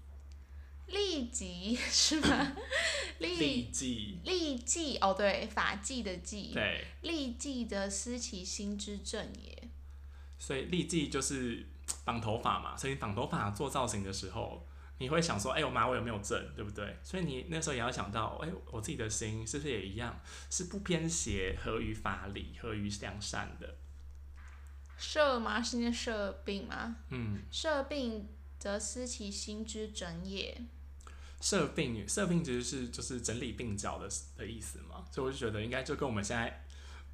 Speaker 2: 利己 是吗？利
Speaker 1: 利记，
Speaker 2: 利己哦，对，法纪的纪。
Speaker 1: 对，
Speaker 2: 利既得思其心之正也。
Speaker 1: 所以利记就是绑头发嘛，所以你绑头发做造型的时候，你会想说，哎、我马尾有没有正，对不对？所以你那时候也要想到，哎、我自己的心是不是也一样是不偏斜，合于法理，合于良善的？
Speaker 2: 设吗？是念设病吗？
Speaker 1: 嗯。
Speaker 2: 设病则思其心之整也。
Speaker 1: 设病设病其实是就是整理鬓角的的意思嘛，所以我就觉得应该就跟我们现在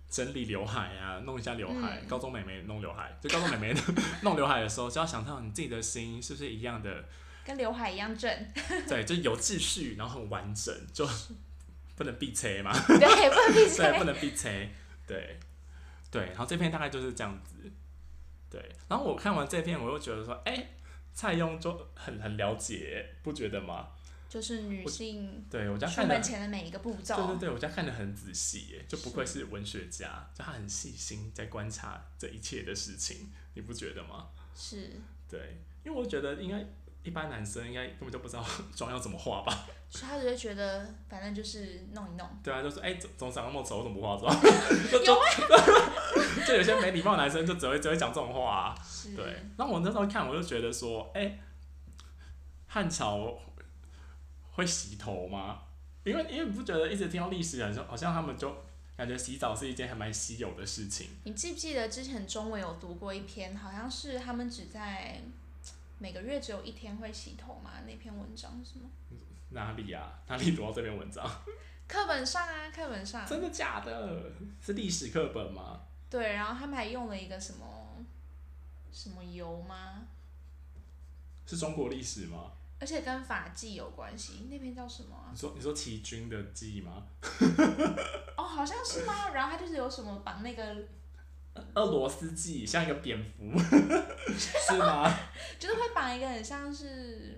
Speaker 1: 整理刘海啊，弄一下刘海，
Speaker 2: 嗯
Speaker 1: 高中美眉弄刘海，就高中美眉 弄刘海的时候，就要想到你自己的心是不是一样的，
Speaker 2: 跟刘海一 样正，
Speaker 1: 对，就有秩序，然后很完整，就不能避切嘛，
Speaker 2: 对，不能闭
Speaker 1: 对，不
Speaker 2: 嘴。
Speaker 1: 能避切，对，对，然后这篇大概就是这样子，对，然后我看完这篇，我又觉得说，哎、蔡邕就很很了解，不觉得吗？
Speaker 2: 就是女性
Speaker 1: 对我这样
Speaker 2: 出
Speaker 1: 看的
Speaker 2: 门前的每一个步骤，
Speaker 1: 对对对，我家看得很仔细耶，就不愧是文学家，就他很细心在观察这一切的事情，你不觉得吗？
Speaker 2: 是，
Speaker 1: 对，因为我觉得应该一般男生应该根本就不知道 妆要怎么化吧？
Speaker 2: 所以她就会觉得反正就是弄一弄。
Speaker 1: 对啊，就说哎，总总长那么丑，我怎么不化妆？ 就
Speaker 2: 啊
Speaker 1: 就就有些没礼貌的男生就只会只会讲这种话、啊。
Speaker 2: 是，
Speaker 1: 对，那我那时候看，我就觉得说，哎、汉朝会洗头吗？因为因为你不觉得一直听到历史人说，好像他们就感觉洗澡是一件还蛮稀有的事情。
Speaker 2: 你记不记得之前中文有读过一篇，好像是他们只在每个月只有一天会洗头嘛？那篇文章是吗？
Speaker 1: 哪里啊？ 哪里读到这篇文章？
Speaker 2: 课本上啊，课本上。
Speaker 1: 真的假的？是历史课本吗？
Speaker 2: 对，然后他们还用了一个什么什么油吗？
Speaker 1: 是中国历史吗？
Speaker 2: 而且跟法纪有关系，那篇叫什么啊、
Speaker 1: 你说你说齐军的记忆吗？
Speaker 2: 哦，好像 是吗？然后他就是有什么绑那个，
Speaker 1: 呃俄罗斯记像一个蝙蝠，是吗？
Speaker 2: 就是会绑一个很像是，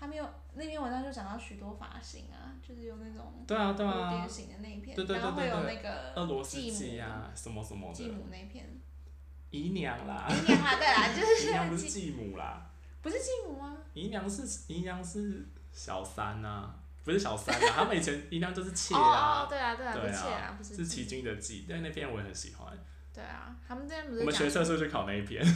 Speaker 2: 他没有那篇文章就讲到许多发型啊，就是有那种
Speaker 1: 对啊对
Speaker 2: 蝴蝶
Speaker 1: 啊，
Speaker 2: 型的那一篇，
Speaker 1: 对对对
Speaker 2: 然后会有
Speaker 1: 对
Speaker 2: 那个
Speaker 1: 俄罗斯
Speaker 2: 继母
Speaker 1: 记啊，什么什么
Speaker 2: 继
Speaker 1: 的，
Speaker 2: 母那篇，
Speaker 1: 姨娘啦，
Speaker 2: 姨娘啊，对啦， 就
Speaker 1: 姨娘不
Speaker 2: 是
Speaker 1: 是
Speaker 2: 继
Speaker 1: 继母啦，
Speaker 2: 不是继母吗？
Speaker 1: 姨娘是姨娘是小三呐、不是小 三啊，他们以前姨娘就是妾
Speaker 2: 哦哦，
Speaker 1: 啊，
Speaker 2: 对啊对啊，不
Speaker 1: 对
Speaker 2: 是
Speaker 1: 啊
Speaker 2: 啊，，不是
Speaker 1: 是
Speaker 2: 继
Speaker 1: 齐
Speaker 2: 母，
Speaker 1: 军的记，但那篇我也很喜欢，
Speaker 2: 对啊，他们这边不
Speaker 1: 我
Speaker 2: 是
Speaker 1: 们学
Speaker 2: 讲，嗯哦
Speaker 1: 测是不是就考那一篇？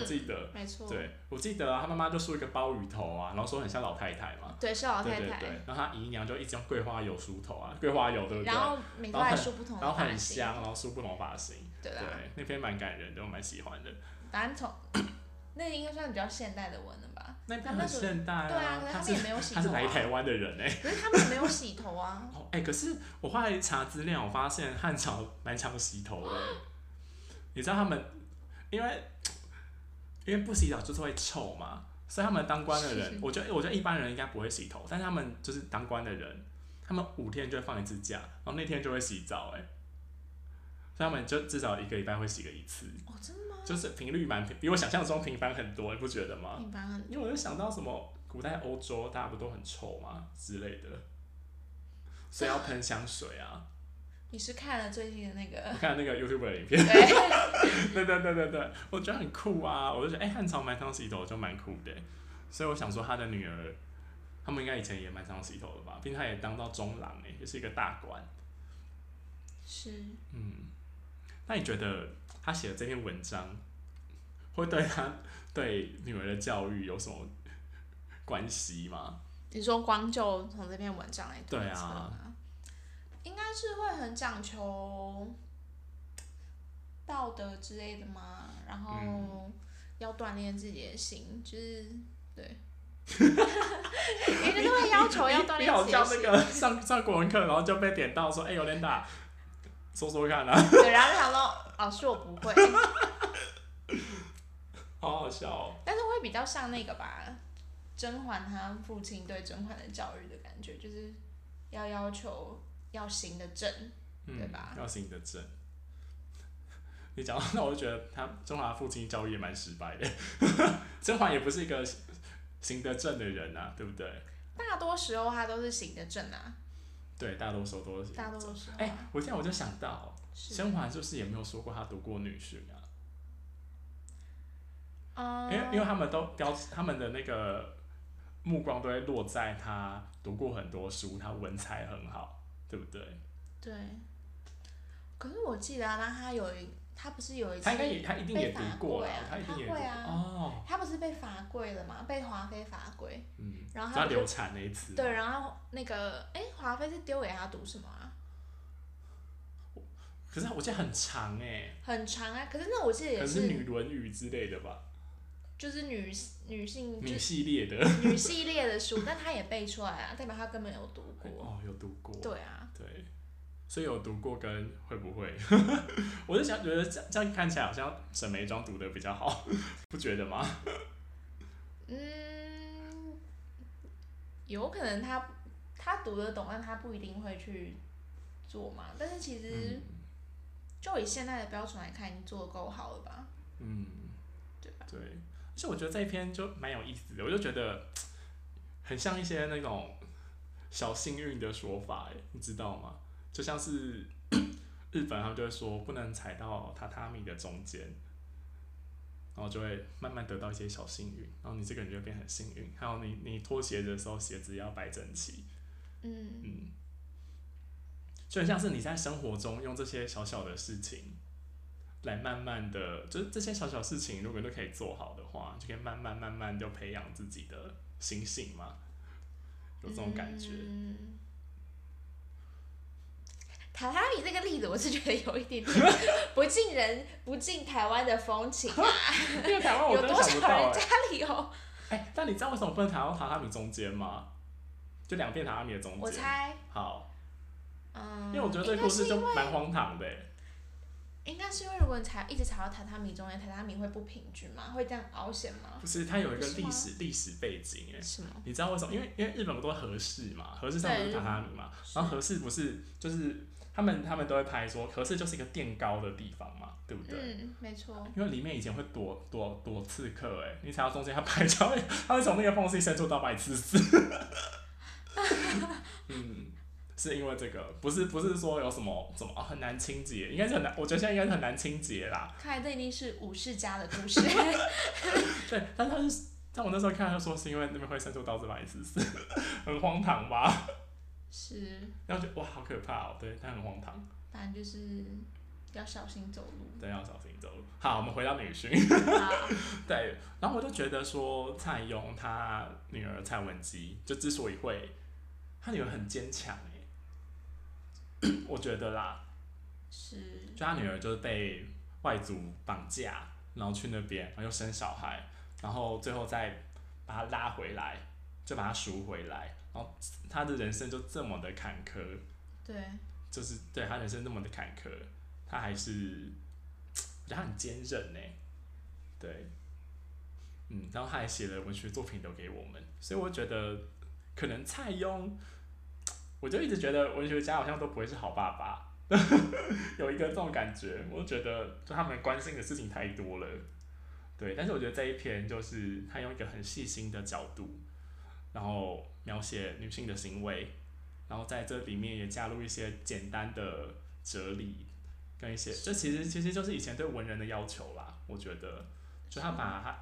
Speaker 1: 我记得。
Speaker 2: 没错，
Speaker 1: 对，我记得、啊、他妈妈就梳一个鲍鱼头啊，然后说很像老太太嘛。
Speaker 2: 对是老太
Speaker 1: 对
Speaker 2: 太
Speaker 1: 对，对，然后她姨娘就一直用桂花油梳头啊，桂花油对不对？
Speaker 2: 然后每个
Speaker 1: 然后
Speaker 2: 还
Speaker 1: 很
Speaker 2: 梳不同
Speaker 1: 然
Speaker 2: 的
Speaker 1: 后
Speaker 2: 发
Speaker 1: 很
Speaker 2: 型，
Speaker 1: 香，然后梳不同发型。
Speaker 2: 对啊
Speaker 1: 对
Speaker 2: 啦，，
Speaker 1: 那篇蛮感人的，我蛮喜欢的。
Speaker 2: 反正从 那应该算比较现代的文了吧？
Speaker 1: 那篇
Speaker 2: 那
Speaker 1: 很
Speaker 2: 时候
Speaker 1: 现代
Speaker 2: 对啊，可
Speaker 1: 他
Speaker 2: 是他们也
Speaker 1: 是
Speaker 2: 没有洗
Speaker 1: 他是
Speaker 2: 头
Speaker 1: 来
Speaker 2: 啊，
Speaker 1: 台湾的人哎、。
Speaker 2: 可是他们也没有洗头啊
Speaker 1: 哦，哎、可是我后来查资料，我发现汉朝蛮常洗头的。你知道他们，因为因为不洗澡就是会臭嘛，所以他们当官的人，我觉得我觉得一般人应该不会洗头，但是他们就是当官的人，他们五天就会放一次假，然后那天就会洗澡、哎，所以他们就至少一个礼拜会洗个一次，
Speaker 2: 哦，真的 吗？
Speaker 1: 就是频率蛮比我想象中频繁很多，你不觉得吗？
Speaker 2: 一般很
Speaker 1: 因为我就想到什么古代欧洲大家不都很臭吗之类的，所以要喷香水啊。
Speaker 2: 你是看了最近的那
Speaker 1: 我
Speaker 2: 个？
Speaker 1: 看那个 YouTube 的影片， 对
Speaker 2: 对，
Speaker 1: 对对对对，我觉得很酷啊！我就觉得哎、汉朝蛮常洗头就蛮酷的，所以我想说他的女儿，他们应该以前也蛮常洗头的吧？毕竟他也当到中郎哎，也是一个大官。
Speaker 2: 是
Speaker 1: 嗯，那你觉得他写的这篇文章会对他对女儿的教育有什么关系吗？
Speaker 2: 你说光就从这篇文章来推
Speaker 1: 对啊
Speaker 2: 测吗？应该是会很讲求道德之类的嘛，然后
Speaker 1: 嗯
Speaker 2: 要锻炼自己的心，就是对， 人家都会要求要锻
Speaker 1: 你
Speaker 2: 炼
Speaker 1: 好
Speaker 2: 自己的
Speaker 1: 像
Speaker 2: 心
Speaker 1: 那，个 上上国文课，然后就被点到说，哎、欸，有点打， 说说看啊，
Speaker 2: 对，然后就想到老师我不会，
Speaker 1: 好好笑哦。
Speaker 2: 但是会比较像那个吧，甄嬛她父亲对甄嬛的教育的感觉，就是要要求要行得正，
Speaker 1: 嗯
Speaker 2: 对吧
Speaker 1: 要行得正。 你讲到那，我就觉得他中华父亲教育也蛮失败的。 甄嬛也不是一个行得正的人啊，对不对？
Speaker 2: 大多时候他都是行得正啊，
Speaker 1: 对，大多数都是行
Speaker 2: 大
Speaker 1: 得
Speaker 2: 多
Speaker 1: 正。
Speaker 2: 时候、
Speaker 1: 哎、我现在我就想到，
Speaker 2: 是，
Speaker 1: 甄嬛是不是也没有说过她读过女训啊？
Speaker 2: 嗯，
Speaker 1: 因
Speaker 2: 哦
Speaker 1: 为因为他们都标，他们的那个目光都会落在她读过很多书，她文采很好，对不对？
Speaker 2: 对。可是我记得啊，那他有一，他不是有一次
Speaker 1: 她，应该也，她一定也
Speaker 2: 被
Speaker 1: 读
Speaker 2: 罚
Speaker 1: 过
Speaker 2: 跪
Speaker 1: 啦
Speaker 2: 啊，
Speaker 1: 她一定也读过
Speaker 2: 她会啊
Speaker 1: 哦，
Speaker 2: 他不是被罚跪了吗？被华妃罚跪，
Speaker 1: 嗯，
Speaker 2: 然后
Speaker 1: 她
Speaker 2: 他
Speaker 1: 流产那一次，
Speaker 2: 对，，然后那个哎，华妃是丢给他读什么啊？
Speaker 1: 可是我记得很长哎、
Speaker 2: 很长啊，可是那我记得也
Speaker 1: 可能是《女论语》之类的吧？
Speaker 2: 就是女女性
Speaker 1: 女
Speaker 2: 就是
Speaker 1: 系列的
Speaker 2: 女系列的书，但她也背出来啊，代表她根本有读 过。
Speaker 1: 哦，有读过，
Speaker 2: 对啊，
Speaker 1: 对所以有读过跟会不会， 我就想觉得这样这样看起来好像沈眉庄读的比较好，不觉得吗？
Speaker 2: 嗯，有可能她她读得懂，但她不一定会去做嘛。但是其实、
Speaker 1: 嗯
Speaker 2: 就以现在的标准来看，已经做得够好了吧？
Speaker 1: 嗯，
Speaker 2: 对吧？
Speaker 1: 对，而且我觉得这一篇就蛮有意思的，我就觉得很像一些那种小幸运的说法，哎，你知道吗？就像是日本他们就会说不能踩到榻榻米的中间，然后就会慢慢得到一些小幸运，然后你这个人就会变很幸运。还有你你脱鞋子的时候，鞋子要摆整齐，
Speaker 2: 嗯，
Speaker 1: 嗯，就很像是你在生活中用这些小小的事情，来慢慢的，就是这些小小事情，如果都可以做好的话，就可以慢慢慢慢就培养自己的心性嘛，有这种感觉。
Speaker 2: 嗯榻榻米这个例子，我是觉得有一 点点不近人、不近台湾的风情啊、
Speaker 1: 因为台湾我
Speaker 2: 有
Speaker 1: 真的
Speaker 2: 多
Speaker 1: 想不
Speaker 2: 少
Speaker 1: 到
Speaker 2: 人
Speaker 1: 哎、
Speaker 2: 家里有？
Speaker 1: 哎、但你知道为什么不能躺到榻榻米中间吗？就两片榻榻米的中
Speaker 2: 我
Speaker 1: 间。
Speaker 2: 猜，
Speaker 1: 好，因
Speaker 2: 嗯，
Speaker 1: 为我觉得这
Speaker 2: 应
Speaker 1: 个
Speaker 2: 该
Speaker 1: 故
Speaker 2: 是
Speaker 1: 事
Speaker 2: 因
Speaker 1: 就
Speaker 2: 为
Speaker 1: 蛮荒唐的、哎
Speaker 2: 应该是因为如果你踩一直踩到榻榻米中间，榻榻米会不平均吗？会这样凹陷吗
Speaker 1: 不？是它有一个
Speaker 2: 哦不是吗
Speaker 1: 历史历史背景、哎。
Speaker 2: 什么？
Speaker 1: 你知道为什么？因为因为日本不都和式嘛，和式上面
Speaker 2: 对
Speaker 1: 是榻榻米嘛，然后和式不是就是他们他们都会拍说和式就是一个垫高的地方嘛，对不对？
Speaker 2: 嗯，没错。
Speaker 1: 因为里面以前会躲躲躲刺客、哎，你踩到中间，他拍照， 他会从那个缝隙伸出刀把你刺死。 嗯，是因为这个，不是不是说有什么什么、啊很难清洁，应该是很难，我觉得现在应该是很难清洁啦。
Speaker 2: 看来这一定是武士家的故事。
Speaker 1: 对，但他是，但我那时候看他说是因为那边会伸出刀子把你刺死， 很荒唐吧？
Speaker 2: 是，
Speaker 1: 然后就哇，好可怕哦！对，它很荒唐，
Speaker 2: 反正就是要小心走路。
Speaker 1: 对，要小心走路。好，我们回到女婿，
Speaker 2: 好
Speaker 1: 对，然后我就觉得说，蔡邕他女儿蔡文姬，就之所以会，他女儿很坚强哎，我觉得啦，
Speaker 2: 是。
Speaker 1: 就他女儿就是被外族绑架，然后去那边，然后又生小孩，然后最后再把他拉回来，就把他赎回来，然后他的人生就这么的坎坷，
Speaker 2: 对，
Speaker 1: 就是对他人生那么的坎坷，他还是我觉得他很坚韧呢。对，嗯，然后他还写了文学作品留给我们，所以我觉得可能蔡邕，我就一直觉得文学家好像都不会是好爸爸， 有一个这种感觉，我觉得就他们关心的事情太多了。对，但是我觉得这一篇就是他用一个很细心的角度，然后描写女性的行为，然后在这里面也加入一些简单的哲理跟一些，这其实其实就是以前对文人的要求啦。我觉得，就他把他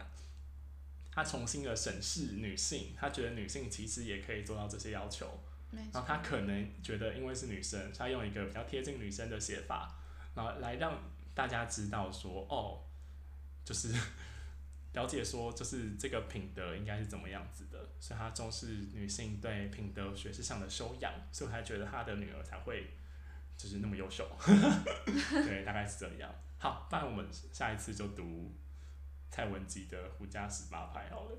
Speaker 1: 他重新的审视女性，他觉得女性其实也可以做到这些要求，
Speaker 2: 没
Speaker 1: 然
Speaker 2: 错
Speaker 1: 后。他可能觉得因为是女生，他用一个比较贴近女生的写法，然后来让大家知道说，哦，就是 了解说，就是这个品德应该是怎么样子的，所以他重视女性对品德学识上的修养，所以我才觉得他的女儿才会就是那么优秀， 对，大概是这样。好，不然我们下一次就读蔡文姬的《胡家十八拍》好了。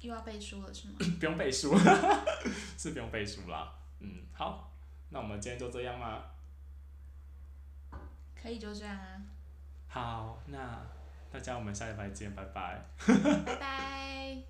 Speaker 2: 又要背书了是吗？
Speaker 1: 不用背书， 是不用背书啦。嗯，好，那我们今天就这样吗？
Speaker 2: 可以就这样啊，
Speaker 1: 好，那大家我们下礼拜见，拜拜。
Speaker 2: 拜拜。